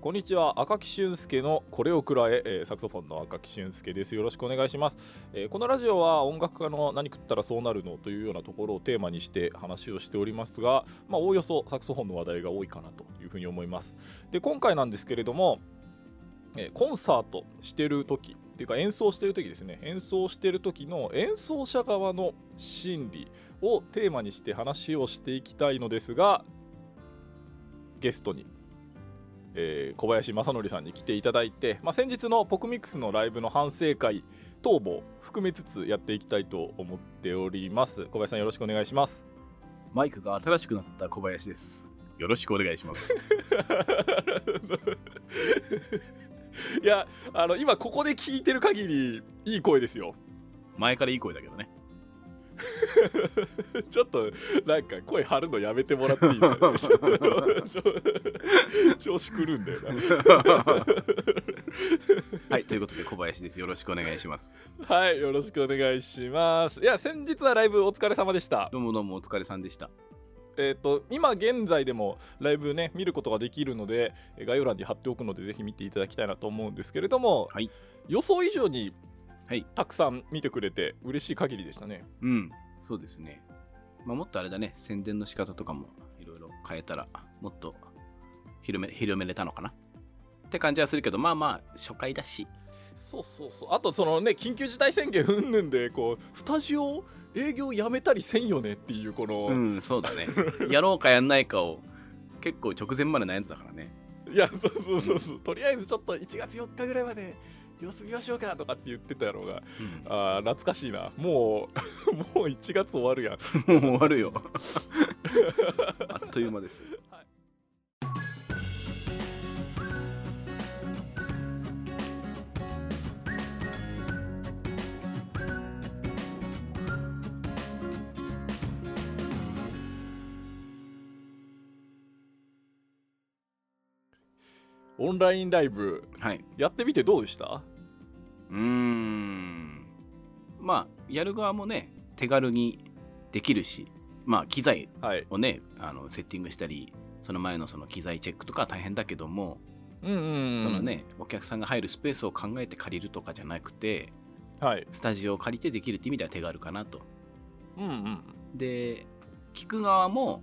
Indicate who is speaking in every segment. Speaker 1: こんにちは赤木俊介のこれをくらええーサクソフォンの赤木俊介ですよろしくお願いします、えーこのラジオは音楽家の何食ったらそうなるのというようなところをテーマにして話をしておりますがまあおおよそサクソフォンの話題が多いかなというふうに思いますで今回なんですけれどもえーコンサートしてる時っていうか演奏してる時ですね演奏してる時の演奏者側の心理をテーマにして話をしていきたいのですがゲストに、えー小林正則さんに来ていただいて、まあ、先日のポクミックスのライブの反省会等も含めつつやっていきたいと思っております小林さんよろしくお願いします
Speaker 2: マイクが新しくなった小林です。よろしくお願いし ます。
Speaker 1: いやあの今ここで聞いてる限りいい声ですよ
Speaker 2: 前からいい声だけど ね。
Speaker 1: ちょっとなんか声張るのやめてもらっていいですかね ちょっとちょ調子狂うんだよな
Speaker 2: はい、ということで小林です。よろしくお願いします。
Speaker 1: はいよろしくお願いしますいや先日はライブお疲れ様でした
Speaker 2: どうもどうもお疲れさんでした。
Speaker 1: えー、と今現在でもライブね見ることができるのでえー概要欄に貼っておくのでぜひ見ていただきたいなと思うんですけれども、
Speaker 2: はい
Speaker 1: 予想以上に
Speaker 2: はい
Speaker 1: たくさん見てくれて嬉しい限りでしたね、
Speaker 2: うん、そうですね。まあ、もっとあれだね、宣伝の仕方とかもいろいろ変えたら、もっと広め広めれたのかなって感じはするけど、まあまあ、初回だし。
Speaker 1: そうそうそうあとそのね緊急事態宣言うんぬんでこうスタジオ営業やめたりせんよねっていうこの、
Speaker 2: うん、そうだね。 やろうかやんないかを結構直前まで悩んでたからね。
Speaker 1: いやそうそうそうそうとりあえずちょっと1月4日ぐらいまで様子見ましょうかとかって言ってたのが
Speaker 2: うん
Speaker 1: あー懐かしいなもうもう1月 終わるやん
Speaker 2: もう終わるよ。あっという間です。
Speaker 1: オンラインライブ
Speaker 2: はい。
Speaker 1: やってみてどうでした
Speaker 2: うーん。まあ、やる側もね、手軽にできるし、まあ、機材
Speaker 1: はい。
Speaker 2: をね、あのセッティングしたり、その前のその機材チェックとかは大変だけども、
Speaker 1: うんうん、
Speaker 2: その。ね、お客さんが入るスペースを考えて借りるとかじゃなくて、
Speaker 1: はい。
Speaker 2: スタジオを借りてできるって意味では手軽かなと。
Speaker 1: うんうん。
Speaker 2: で、聞く側も、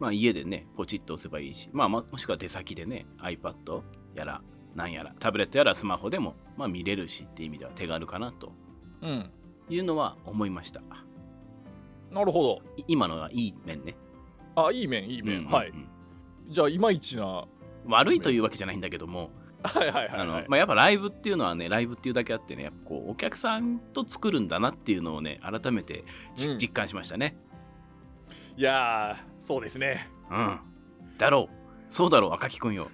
Speaker 2: まあ、家でね、ポチッと押せばいいし、まあ、ももしくは出先でね、iPad やら、なんやら、タブレットやらスマホでも、まあ、見れるしって意味では手軽かなと
Speaker 1: うん。
Speaker 2: いうのは思いました。
Speaker 1: なるほ
Speaker 2: い今のはいい面ね。
Speaker 1: ど。あ、いい面、いい面。
Speaker 2: うんうんうん
Speaker 1: はい。じゃあ、いまいちな。は
Speaker 2: 悪いというわけじゃないんだけども、
Speaker 1: いはいは
Speaker 2: あ
Speaker 1: い、は
Speaker 2: の
Speaker 1: い。
Speaker 2: まあ、やっぱライブっていうのはね、ライブっていうだけあってね、やっぱこうお客さんと作るんだなっていうのをね、改めてじ、
Speaker 1: うん
Speaker 2: 実感しましたね。
Speaker 1: いやー、そうですね。
Speaker 2: うん。だろう。そうだろう、赤木くんよ。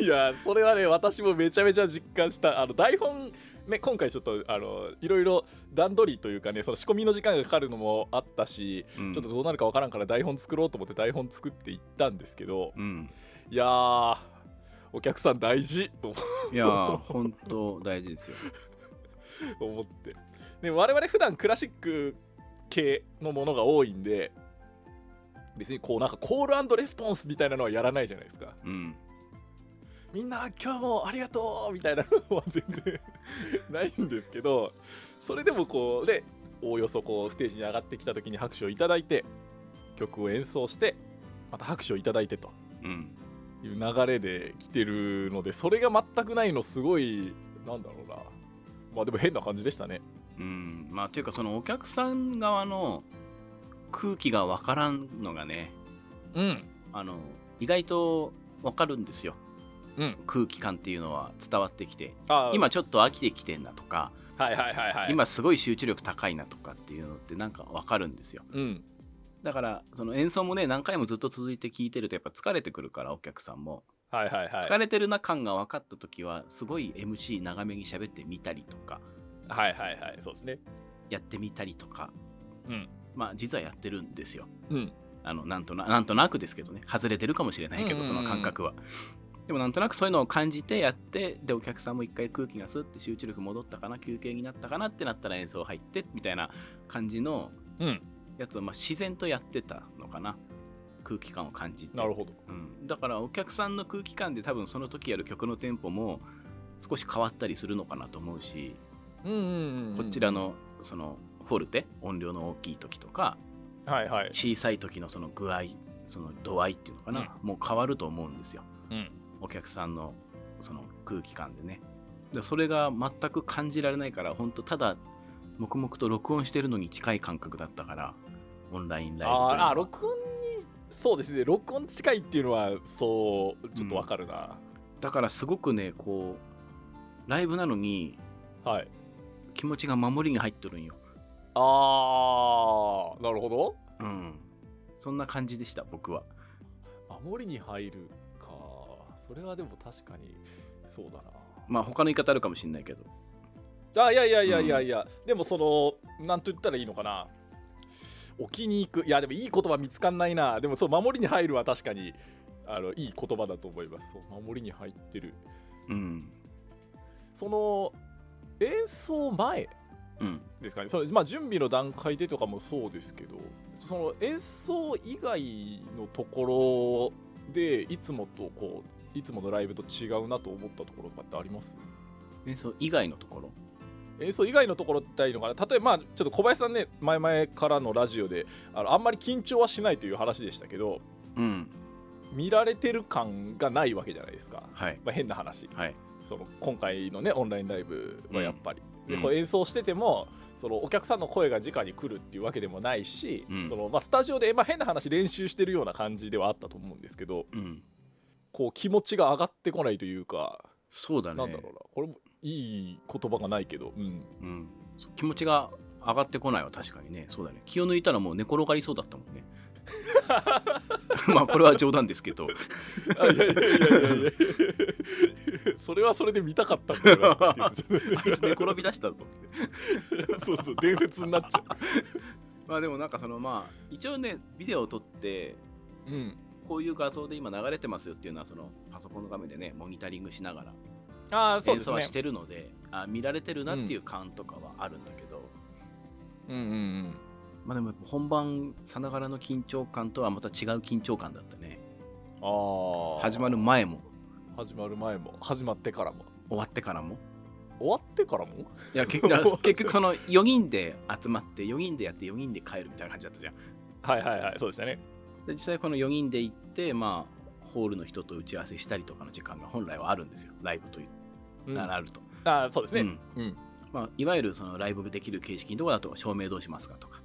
Speaker 1: いやー、それはね、私もめちゃめちゃ実感した。あの、台本、ね、今回ちょっと、あの、いろいろ段取りというかね、その仕込みの時間がかかるのもあったし、
Speaker 2: うん
Speaker 1: ちょっとどうなるかわからんから台本作ろうと思って台本作っていったんですけど、
Speaker 2: うん、
Speaker 1: いやー、お客さん大事と思って
Speaker 2: いやー、本当大事ですよ。
Speaker 1: 思ってで我々普段クラシック系のものが多いんで別にこうなんかコールレスポンスみたいなのはやらないじゃないですか
Speaker 2: うん。
Speaker 1: みんな今日もありがとうみたいなのは全然 ないんですけどそれでもこうでおおよそこうステージに上がってきた時に拍手をいただいて曲を演奏してまた拍手をいただいてと
Speaker 2: うん。
Speaker 1: いう流れで来てるのでそれが全くないのすごいなんだろうなまあでも変な感じでしたね
Speaker 2: うん、まあ、というか、そのお客さん側の空気がわからんのがね、
Speaker 1: うん
Speaker 2: あの意外とわかるんですよ。
Speaker 1: うん
Speaker 2: 空気感っていうのは伝わってきて、
Speaker 1: あー
Speaker 2: 今ちょっと飽きてきてんなとか、
Speaker 1: はいはいはいはい。、
Speaker 2: 今すごい集中力高いなとかっていうのってなんかわかるんですよ
Speaker 1: うん。
Speaker 2: だからその演奏もね何回もずっと続いて聴いてるとやっぱ疲れてくるからお客さんも、
Speaker 1: はいはいはい。
Speaker 2: 疲れてるな感が分かった時はすごい MC 長めに喋ってみたりとか
Speaker 1: はいはいはい。そうですね。
Speaker 2: やってみたりとか
Speaker 1: うん。
Speaker 2: まあ実はやってるんですよ
Speaker 1: うん。
Speaker 2: あのなんとななんとなくですけどね外れてるかもしれないけ
Speaker 1: うんうん
Speaker 2: ど
Speaker 1: うん
Speaker 2: その感覚はでもなんとなくそういうのを感じてやってでお客さんも一回空気がスッて集中力戻ったかな休憩になったかなってなったら演奏入ってみたいな感じの
Speaker 1: うん。
Speaker 2: やつをまあ自然とやってたのかな空気感を感じて
Speaker 1: なるほど
Speaker 2: うん、だからお客さんの空気感で多分その時やる曲のテンポも少し変わったりするのかなと思うし、
Speaker 1: うんうんうん
Speaker 2: こちらのそのフォルテ音量の大きい時とか
Speaker 1: はいはい
Speaker 2: 小さい時のその具合その度合いっていうのかな、もう変わると思うんですよ
Speaker 1: うん
Speaker 2: お客さんのその空気感でねでそれが全く感じられないから本当ただ黙々と録音してるのに近い感覚だったからオンラインライブというの
Speaker 1: あ
Speaker 2: は
Speaker 1: あ録音にそうですね録音近いっていうのはそうちょっとわかるな、
Speaker 2: だからすごくねこうライブなのに
Speaker 1: はい
Speaker 2: 気持ちが守りに入っとるんよ。
Speaker 1: あーなるほど
Speaker 2: うん。そんな感じでした、僕は。
Speaker 1: 守りに入るかそれはでも確かにそうだな
Speaker 2: まあ、他の言い方あるかもしれないけど。
Speaker 1: あいやいやいやいやいや、でもそのなんと言ったらいいのかな置きに行くいやでもいい言葉見つかんないなでもそう守りに入るは確かにあのいい言葉だと思いますそう守りに入ってる
Speaker 2: うん。
Speaker 1: その演奏前
Speaker 2: うん。
Speaker 1: ですかねそれまあ準備の段階でとかもそうですけどその演奏以外のところでいつもとこういつものライブと違うなと思ったところとかってあります
Speaker 2: 演奏以外のところ。
Speaker 1: 演奏以外のところって言ったらいいのかな例えば、まあ、ちょっと小林さんね前々からのラジオであのあんまり緊張はしないという話でしたけど
Speaker 2: うん。
Speaker 1: 見られてる感がないわけじゃないですか、
Speaker 2: はい。
Speaker 1: まあ、変な話
Speaker 2: はい。
Speaker 1: その今回のねオンラインライブはやっぱり、
Speaker 2: うん
Speaker 1: でこう演奏しててもそのお客さんの声が直に来るっていうわけでもないし、
Speaker 2: うん
Speaker 1: そのまあ、スタジオで、まあ、変な話練習してるような感じではあったと思うんですけど
Speaker 2: うん。
Speaker 1: こう気持ちが上がってこないというか、
Speaker 2: そうだね。
Speaker 1: なんだろうなこれもいい言葉がないけど、うん、
Speaker 2: う。ん。そう気持ちが上がってこないは確かにね。そうだね。気を抜いたらもう寝転がりそうだったもんね。 まあ、これは冗談ですけど。
Speaker 1: あいやいやいやいやいや それはそれで見たかったんだよなっていう
Speaker 2: あいつ寝転び出したぞ。
Speaker 1: そうそう伝説になっちゃ
Speaker 2: まあ、でもなんかそのまあ、一応ね、ビデオを撮って、
Speaker 1: う、うん、
Speaker 2: こういう画像で今流れてますよっていうのはそのパソコンの画面でねモニタリングしながら
Speaker 1: ああそう
Speaker 2: 演
Speaker 1: です
Speaker 2: 奏は
Speaker 1: ね
Speaker 2: してるのであ見られてるなっていう感とかはあるんだけど、
Speaker 1: うんうんうん
Speaker 2: まあでもやっぱ本番さながらの緊張感とはまた違う緊張感だったね
Speaker 1: ああ
Speaker 2: 始まる前も
Speaker 1: 始まる前も始まってからも
Speaker 2: 終わってからも
Speaker 1: 終わってからも
Speaker 2: いや結局結局その4人で集まって4人でやって4人で帰るみたいな感じだったじゃん
Speaker 1: はいはいはいそうでしたね
Speaker 2: で実際この4人で行ってまあホールの人と打ち合わせしたりとかの時間が本来はあるんですよライブという、
Speaker 1: うん
Speaker 2: な
Speaker 1: あ
Speaker 2: あると
Speaker 1: あそうですね、
Speaker 2: うん
Speaker 1: うん
Speaker 2: まあ、いわゆるそのライブできる形式のところだと照明どうしますかとか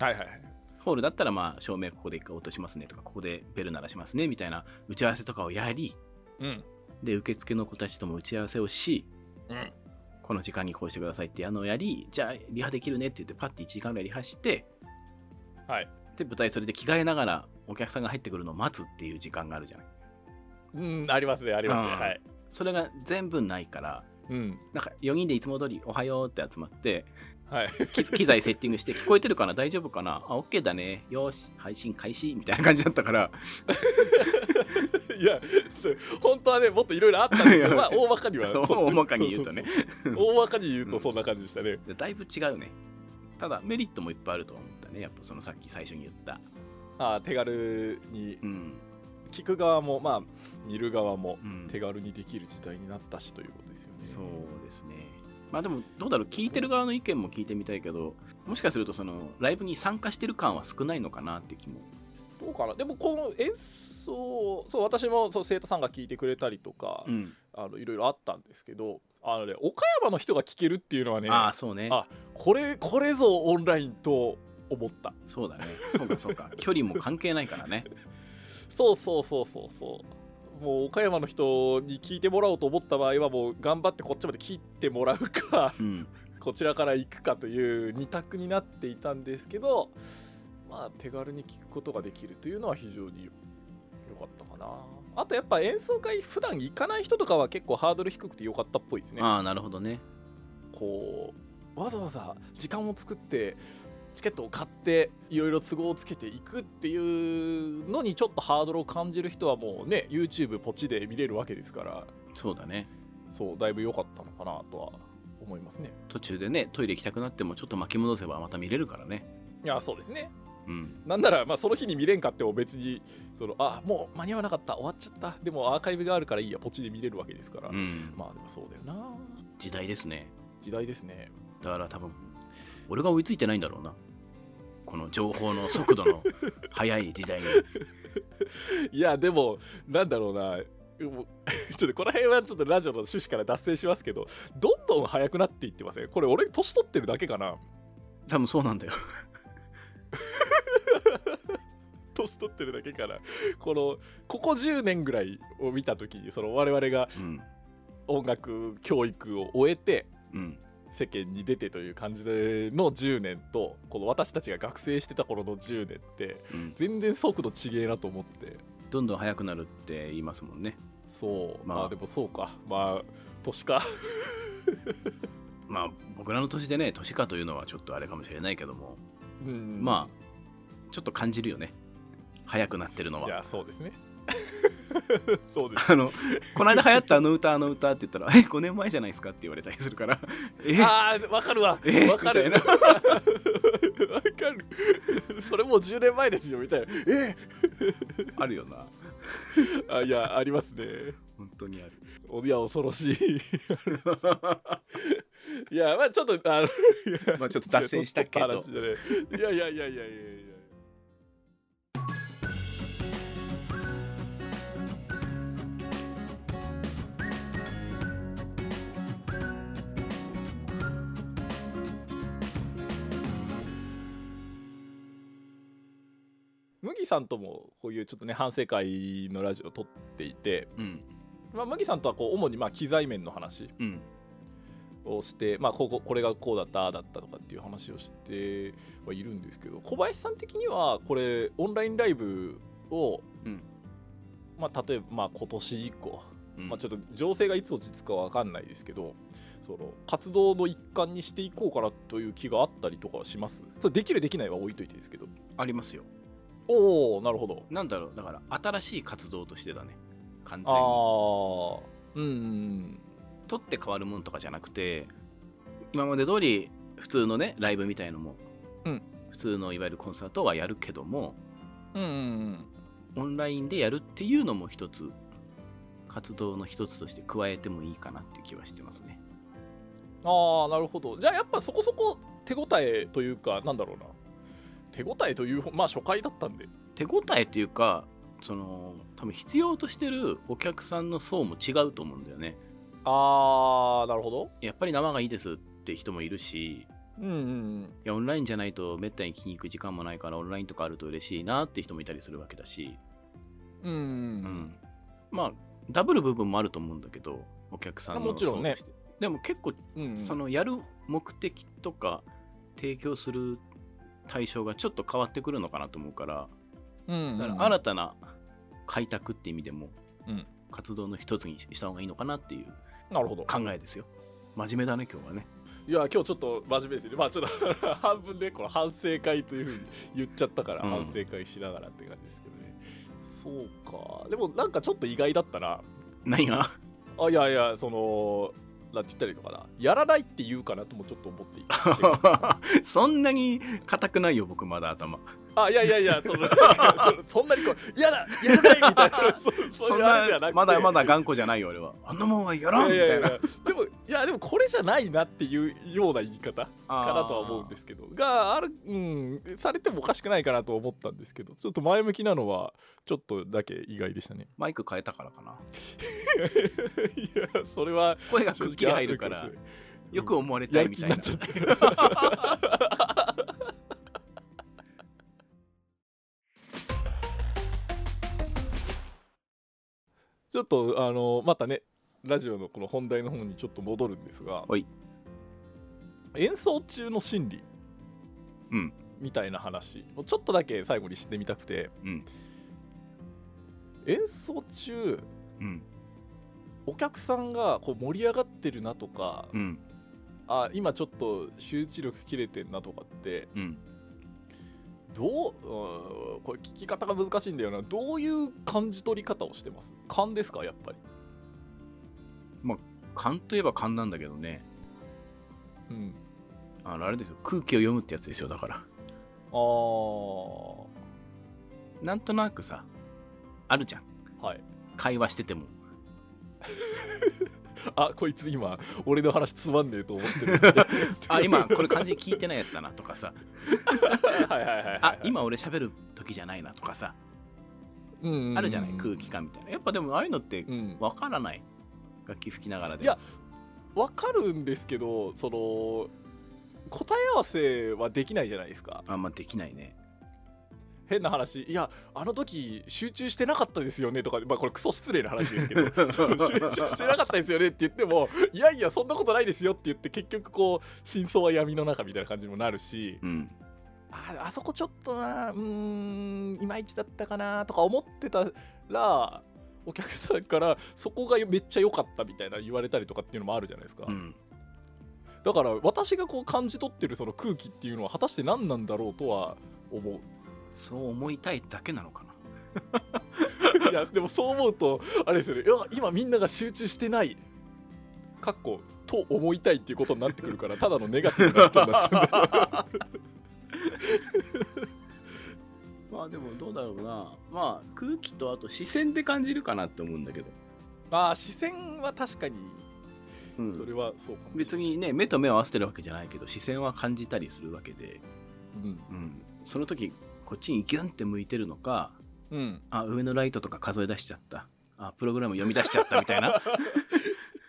Speaker 1: はいはいはい
Speaker 2: ホールだったらまあ照明ここで一回落としますねとかここでベル鳴らしますねみたいな打ち合わせとかをやり
Speaker 1: うん
Speaker 2: で受付の子たちとも打ち合わせをし
Speaker 1: うん
Speaker 2: この時間にこうしてくださいってあのをやりじゃあリハできるねって言ってパッて1時間ぐらいリハして
Speaker 1: はい
Speaker 2: で舞台それで着替えながらお客さんが入ってくるのを待つっていう時間があるじゃない
Speaker 1: うんありますねありますね、
Speaker 2: うん
Speaker 1: はい
Speaker 2: それが全部ないから
Speaker 1: うん
Speaker 2: なんか4人でいつも通り「おはよう」って集まって
Speaker 1: はい
Speaker 2: 機 機材セッティングして聞こえてるかな大丈夫かなあ OK だねよーし配信開始みたいな感じだったから
Speaker 1: いやそう本当はねもっといろいろあったんですけ どまあ大まかには
Speaker 2: そう
Speaker 1: そう
Speaker 2: 大まかに言うとね
Speaker 1: そそそう大まかに言うとそんな感じでしたね、
Speaker 2: でだいぶ違うねただメリットもいっぱいあると思ったねやっぱそのさっき最初に言った
Speaker 1: ああ手軽に
Speaker 2: うん、
Speaker 1: 聞く側もまあ見る側も
Speaker 2: うん
Speaker 1: 手軽にできる時代になったしということですよね。
Speaker 2: そうですねまあでもどうだろう聞いてる側の意見も聞いてみたいけどもしかするとそのライブに参加してる感は少ないのかなって気も
Speaker 1: どうかなでもこの演奏そう私もそう生徒さんが聞いてくれたりとか、
Speaker 2: うん
Speaker 1: あのいろいろあったんですけどあの、ね、岡山の人が聞けるっていうのはね
Speaker 2: ああそうね
Speaker 1: あこれこれぞオンラインと思った
Speaker 2: そうだねそうかそうか 距離も関係ないからね
Speaker 1: そうそうそうそうそうもう岡山の人に聞いてもらおうと思った場合はもう頑張ってこっちまで聞いてもらうか
Speaker 2: うん
Speaker 1: こちらから行くかという二択になっていたんですけど、まあ、手軽に聞くことができるというのは非常に良かったかな。あとやっぱ演奏会普段行かない人とかは結構ハードル低くて良かったっぽいですね。
Speaker 2: ああなるほどね
Speaker 1: こうわざわざ時間を作ってチケットを買っていろいろ都合をつけていくっていうのにちょっとハードルを感じる人はもうね YouTube ポチで見れるわけですから
Speaker 2: そうだね
Speaker 1: そうだいぶ良かったのかなとは思いますね。
Speaker 2: 途中でねトイレ行きたくなってもちょっと巻き戻せばまた見れるからね
Speaker 1: いやそうですね
Speaker 2: ううん、
Speaker 1: なんなら、まあ、その日に見れんかっても別にそのあもう間に合わなかった終わっちゃったでもアーカイブがあるからいいやポチで見れるわけですから、
Speaker 2: うん
Speaker 1: まあでもそうだよな
Speaker 2: 時代ですね
Speaker 1: 時代ですね
Speaker 2: だから多分俺が追いついてないんだろうなこの情報の速度の速い時代に
Speaker 1: いやでもなんだろうなもう ちょっとこの辺はちょっとラジオの趣旨から脱線しますけどどんどん速くなっていってませんこれ俺年取ってるだけかな
Speaker 2: 多分そうなんだよ
Speaker 1: 年取ってるだけかなこのここ10年ぐらいを見た時にその我々が
Speaker 2: うん
Speaker 1: 音楽教育を終えて
Speaker 2: うん
Speaker 1: 世間に出てという感じでの10年とこの私たちが学生してた頃の10年って
Speaker 2: うん
Speaker 1: 全然速度違えなと思って
Speaker 2: どんどん速くなるって言いますもんね
Speaker 1: そう
Speaker 2: ま
Speaker 1: ま
Speaker 2: あ
Speaker 1: あ、でもそうかまあ年か
Speaker 2: まあ僕らの年でね年かというのはちょっとあれかもしれないけども、
Speaker 1: うん
Speaker 2: まあちょっと感じるよね速くなってるの
Speaker 1: い
Speaker 2: は
Speaker 1: やそうですねそうです
Speaker 2: あのこの間流行ったあの歌あの歌って言ったら「え5年前じゃないですか?」って言われたりするから「え
Speaker 1: あーわかるわ
Speaker 2: え
Speaker 1: わかる
Speaker 2: み
Speaker 1: わ
Speaker 2: たい
Speaker 1: かるそれもう10年前ですよみたいなえ
Speaker 2: あるよな
Speaker 1: あいやありますね
Speaker 2: 本当にある
Speaker 1: おいや恐ろしいいやまあちょっとあのいや
Speaker 2: まあちょっと脱線したけど
Speaker 1: 話じゃないいやいやいやいやいやいや麦さんともこういうちょっとね反省会のラジオを撮っていて、
Speaker 2: うん
Speaker 1: まあ、麦さんとはこう主にまあ機材面の話
Speaker 2: うん
Speaker 1: をして、まあ、こここれがこうだったああだったとかっていう話をしてはいるんですけど小林さん的にはこれオンラインライブを、
Speaker 2: うん
Speaker 1: まあ、例えば、まあ、今年以降、
Speaker 2: うん
Speaker 1: まあ、ちょっと情勢がいつ落ち着くかわかんないですけどその活動の一環にしていこうかなという気があったりとかはしますそれできるできないは置いといてですけど
Speaker 2: ありますよ
Speaker 1: おおなるほど
Speaker 2: なんだろうだから新しい活動としてだね完全に
Speaker 1: ああうん
Speaker 2: 取って変わるもんとかじゃなくて今まで通り普通のねライブみたいのも、
Speaker 1: うん
Speaker 2: 普通のいわゆるコンサートはやるけども
Speaker 1: うんうんうん
Speaker 2: オンラインでやるっていうのも一つ活動の一つとして加えてもいいかなって気はしてますね
Speaker 1: ああなるほどじゃあやっぱそこそこ手応えというかなんだろうな手応えというほまあ初回だったんで
Speaker 2: 手応えというかその多分必要としてるお客さんの層も違うと思うんだよね
Speaker 1: ああなるほど
Speaker 2: やっぱり生がいいですって人もいるし
Speaker 1: うんうん
Speaker 2: いやオンラインじゃないとめったに聞きに行く時間もないからオンラインとかあると嬉しいなって人もいたりするわけだし
Speaker 1: うんう
Speaker 2: うんん、まあダブル部分もあると思うんだけどお客さんの
Speaker 1: もちろんね
Speaker 2: 層としてでも結構
Speaker 1: うんうん
Speaker 2: そのやる目的とか提供する対象がちょっと変わってくるのかなと思うから
Speaker 1: うん
Speaker 2: だ
Speaker 1: う
Speaker 2: か
Speaker 1: ん
Speaker 2: ら新たな開拓って意味でも
Speaker 1: うん
Speaker 2: 活動の一つにした方がいいのかなっていう
Speaker 1: なるほど
Speaker 2: 考えですよ真面目だね今日はね
Speaker 1: いや今日ちょっと真面目ですねまあちょっと 半分でこの反省会というふうに言っちゃったから
Speaker 2: うん
Speaker 1: 反省会しながらって感じですけどね、そうかでもなんかちょっと意外だったら
Speaker 2: 何が
Speaker 1: あいやいやそのなんて言ったらいいのかなやらないって言うかなともちょっと思っていて
Speaker 2: そんなに硬くないよ僕まだ頭
Speaker 1: あいやいやいやその なんかそそんなにこう「嫌だやらない」み たいなそそう
Speaker 2: そ
Speaker 1: い
Speaker 2: ん
Speaker 1: うあれではな
Speaker 2: な
Speaker 1: くて
Speaker 2: まだまだ頑固じゃないよ俺はあんなもんはやらん
Speaker 1: い
Speaker 2: み
Speaker 1: やいや
Speaker 2: たい
Speaker 1: い
Speaker 2: な
Speaker 1: やでもいやでもこれじゃないなっていうような言い方
Speaker 2: あー
Speaker 1: かなとは思うんですけどがある、うん、されてもおかしくないかなと思ったんですけどちょっと前向きなのはちょっとだけ意外でした ね
Speaker 2: マイク変えたからかない
Speaker 1: やそれは
Speaker 2: 声がくっきり入るから
Speaker 1: 正直あもしれない
Speaker 2: よく思われた
Speaker 1: や
Speaker 2: い
Speaker 1: る
Speaker 2: み
Speaker 1: 気
Speaker 2: た
Speaker 1: に
Speaker 2: いな
Speaker 1: なっちゃった ちょっとあのまたねラジオのこの本題の方にちょっと戻るんですが、
Speaker 2: はい
Speaker 1: 演奏中の心理
Speaker 2: うん
Speaker 1: みたいな話をちょっとだけ最後にしてみたくて
Speaker 2: うん
Speaker 1: 演奏中
Speaker 2: うん
Speaker 1: お客さんがこう盛り上がってるなとか、
Speaker 2: うん
Speaker 1: あ今ちょっと集中力切れてんなとかって
Speaker 2: うん
Speaker 1: どううんこれ聞き方が難しいんだよなどういう感じ取り方をしてます勘ですかやっぱり、
Speaker 2: 勘といえば勘なんだけどね
Speaker 1: うん、
Speaker 2: あのあれですよ空気を読むってやつですよだから
Speaker 1: あー
Speaker 2: なんとなくさあるじゃん
Speaker 1: はい
Speaker 2: 会話してても
Speaker 1: あこいつ今俺の話つまんねえと思ってるみたいな
Speaker 2: あ今これ完全に聞いてないやつだなとかさ
Speaker 1: はいはいはいはい
Speaker 2: あ今俺喋る時じゃないなとかさあるじゃない空気
Speaker 1: 感
Speaker 2: 感みたいなやっぱでもああいうのって
Speaker 1: うん
Speaker 2: わからない楽器吹きながらで
Speaker 1: いやわかるんですけどその答え合わせはできないじゃないですか
Speaker 2: あんまできないね
Speaker 1: 変な話いやあの時集中してなかったですよねとか、まあ、これクソ失礼な話ですけどその集中してなかったですよねって言ってもいやいやそんなことないですよって言って結局こう真相は闇の中みたいな感じにもなるし
Speaker 2: うん
Speaker 1: ああそこちょっとなうーんいまいちだったかなとか思ってたらお客さんからそこがめっちゃ良かったみたいな言われたりとかっていうのもあるじゃないですか、
Speaker 2: うん
Speaker 1: だから私がこう感じ取ってるその空気っていうのは果たして何なんだろうとは思う
Speaker 2: そう思いたいだけなのかない
Speaker 1: やでもそう思うとあれですよねいや今みんなが集中してないかっこと思いたいっていうことになってくるからただのネガ ティブな人になっちゃうんだ よ
Speaker 2: まあでもどうだろうなまあ空気とあと視線で感じるかなって思うんだけど、
Speaker 1: ああ視線は確かに
Speaker 2: うん
Speaker 1: それはそうかもしれない
Speaker 2: 別、にね目と目を合わせてるわけじゃないけど視線は感じたりするわけで、
Speaker 1: うん
Speaker 2: うん、その時こっちにギュンって向いてるのか
Speaker 1: うん、
Speaker 2: あ上のライトとか数え出しちゃったあプログラム読み出しちゃったみたいな
Speaker 1: はい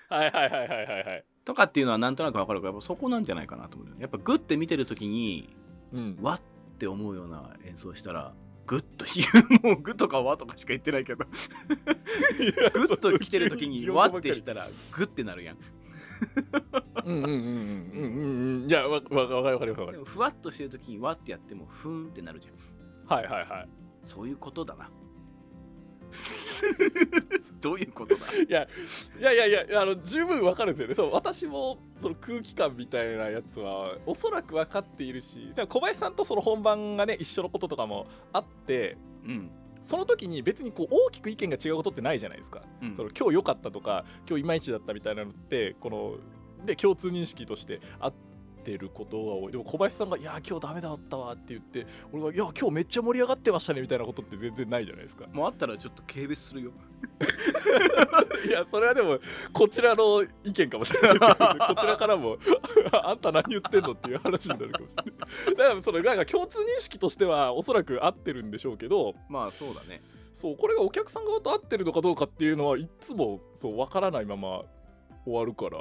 Speaker 1: はいはいはいはいはい
Speaker 2: とかっていうのはなんとなくわかるからやっぱそこなんじゃないかなと思うよねやっぱグッて見てる時に
Speaker 1: うん
Speaker 2: わって思うような演奏したらグッと言うもうグとかわとかしか言ってないけどグッと来てる時 にわってしたらグッてなるやん
Speaker 1: うんうんうんうんうんうんうんいやわわわかるわかるわか
Speaker 2: で
Speaker 1: る
Speaker 2: もふわっとしてる時にわってやってもふーんってなるじゃん
Speaker 1: はいはいはい
Speaker 2: そういうことだなどういうことだ
Speaker 1: いやいやいやあの十分わかるんですよねそう私もその空気感みたいなやつはおそらく分かっているしさ小林さんとその本番がね一緒のこととかもあって
Speaker 2: うん、
Speaker 1: その時に別にこう大きく意見が違うことってないじゃないですか、
Speaker 2: うん
Speaker 1: その今日良かったとか今日いまいちだったみたいなのってこので共通認識としてあってることが多いでも小林さんが「いや今日ダメだったわ」って言って俺が「いや今日めっちゃ盛り上がってましたね」みたいなことって全然ないじゃないですか
Speaker 2: もうあったらちょっと軽蔑するよ
Speaker 1: いやそれはでもこちらの意見かもしれないですけどねこちらからも あんた何言ってんのっていう話になるかもしれないだからそのなんか共通認識としてはおそらく合ってるんでしょうけど
Speaker 2: まあそうだね
Speaker 1: そうこれがお客さん側と合ってるのかどうかっていうのはいつもそう分からないまま終わるから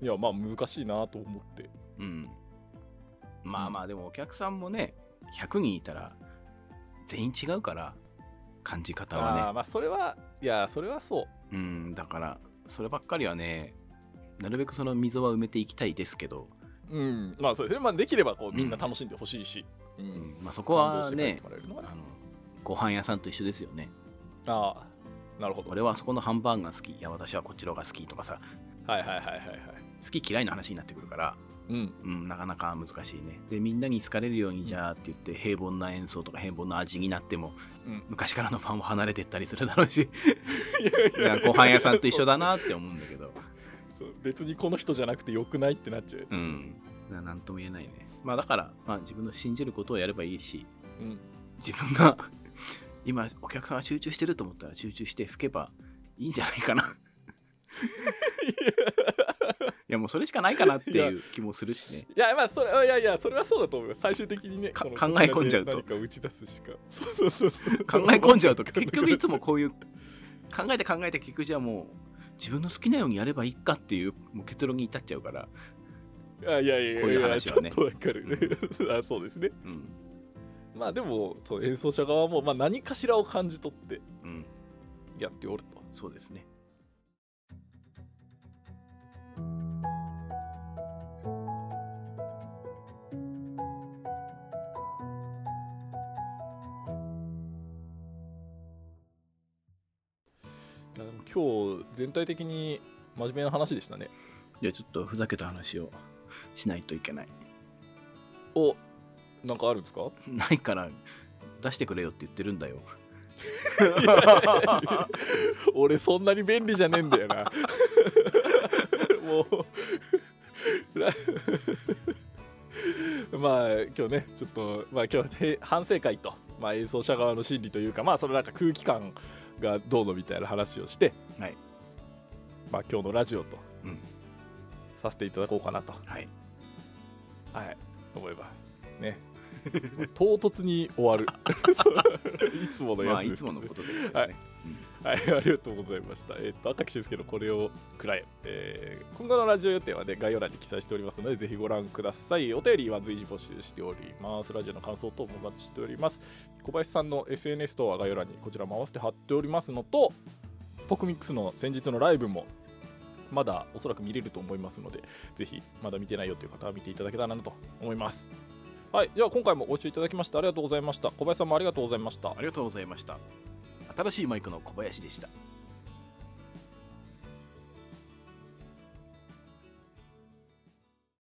Speaker 1: いやまあ難しいなと思って
Speaker 2: うんまあまあでもお客さんもね100人いたら全員違うから感じ方
Speaker 1: あ
Speaker 2: は
Speaker 1: あまあそれはいやそれはそう
Speaker 2: ねうんだからそればっかりはねなるべくその溝は埋めていきたいですけど、
Speaker 1: うんまあそうですねまあできればこうみんな楽しんでほしいし、う
Speaker 2: うんんまあ、そ
Speaker 1: こ
Speaker 2: こはね
Speaker 1: あ
Speaker 2: あのご飯屋さんと一緒ですよね
Speaker 1: あーなるほど
Speaker 2: 俺はあそこのハンバーガー好きいや私はこっちの方が好きとかさ
Speaker 1: はいはいはいはいはい
Speaker 2: 好き嫌いの話になってくるから
Speaker 1: うん
Speaker 2: うん、なかなか難しいね。で、みんなに好かれるようにじゃあって言って、平凡な演奏とか平凡な味になっても、
Speaker 1: うん
Speaker 2: 昔からのファンを離れてったりするだろう し、
Speaker 1: いやい
Speaker 2: いやご飯屋さんと一緒だなって思うんだけど、
Speaker 1: そう別にこの人じゃなくてよくないってなっちゃうやつ、
Speaker 2: うん、ななんとも言えないね。まあだから、まあ自分の信じることをやればいいし、
Speaker 1: うん
Speaker 2: 自分が 今お客さんが集中してると思ったら集中して吹けばいいんじゃない かな。いやもうそれしかないかなっていう気もするしね。
Speaker 1: いやまあそれいやいやそれはそうだと思います最終的にね
Speaker 2: か
Speaker 1: この
Speaker 2: 考え込んじゃうと
Speaker 1: 何かを打ち出すしかそうそうそうそう
Speaker 2: 考え 込んじゃうと結局いつもこういう考えて考えて結局じゃあもう自分の好きなようにやればいいかっていうもう結論に至っちゃうから、
Speaker 1: あいやいやいや
Speaker 2: こういう話はね
Speaker 1: いやちょっとわかる、 あそうですね
Speaker 2: うん
Speaker 1: まあでもそう演奏者側も、まあ、何かしらを感じ取って
Speaker 2: うん、
Speaker 1: やっておると
Speaker 2: そうですね
Speaker 1: いやでも今日全体的に真面目な話でしたね
Speaker 2: じゃあちょっとふざけた話をしないといけ ない
Speaker 1: おなんかあるんですか
Speaker 2: ないから出してくれよって言ってるんだよ
Speaker 1: 俺そんなに便利じゃねえんだよな もうな まあ今日ねちょっとまあ今日へ反省会と、まあ、演奏者側の心理というかまあそのなんか空気感がどうのみたいな話をして、
Speaker 2: はい
Speaker 1: まあ今日のラジオと
Speaker 2: うん
Speaker 1: させていただこうかなと、
Speaker 2: はい
Speaker 1: はい、思いますねもう唐突に終わる そういつもの
Speaker 2: ま
Speaker 1: や
Speaker 2: あ
Speaker 1: つ
Speaker 2: い
Speaker 1: ですけ
Speaker 2: つ
Speaker 1: ど
Speaker 2: ものことですけどね、
Speaker 1: はいはい、ありがとうございました。えっ、と、赤木ですけど、これをくらえ。えー今後のラジオ予定はね、概要欄に記載しておりますので、ぜひご覧ください。お便りは随時募集しております。ラジオの感想等もお待ちしております。小林さんの SNS 等は概要欄にこちらも合わせて貼っておりますのと、ポクミックスの先日のライブも、まだおそらく見れると思いますので、ぜひ、まだ見てないよという方は見ていただけたらなと思います。はい、では今回もご視聴いただきましてありがとうございました。小林さんもありがとうございました
Speaker 2: あ。りがとうございました新しいマイクの小林でした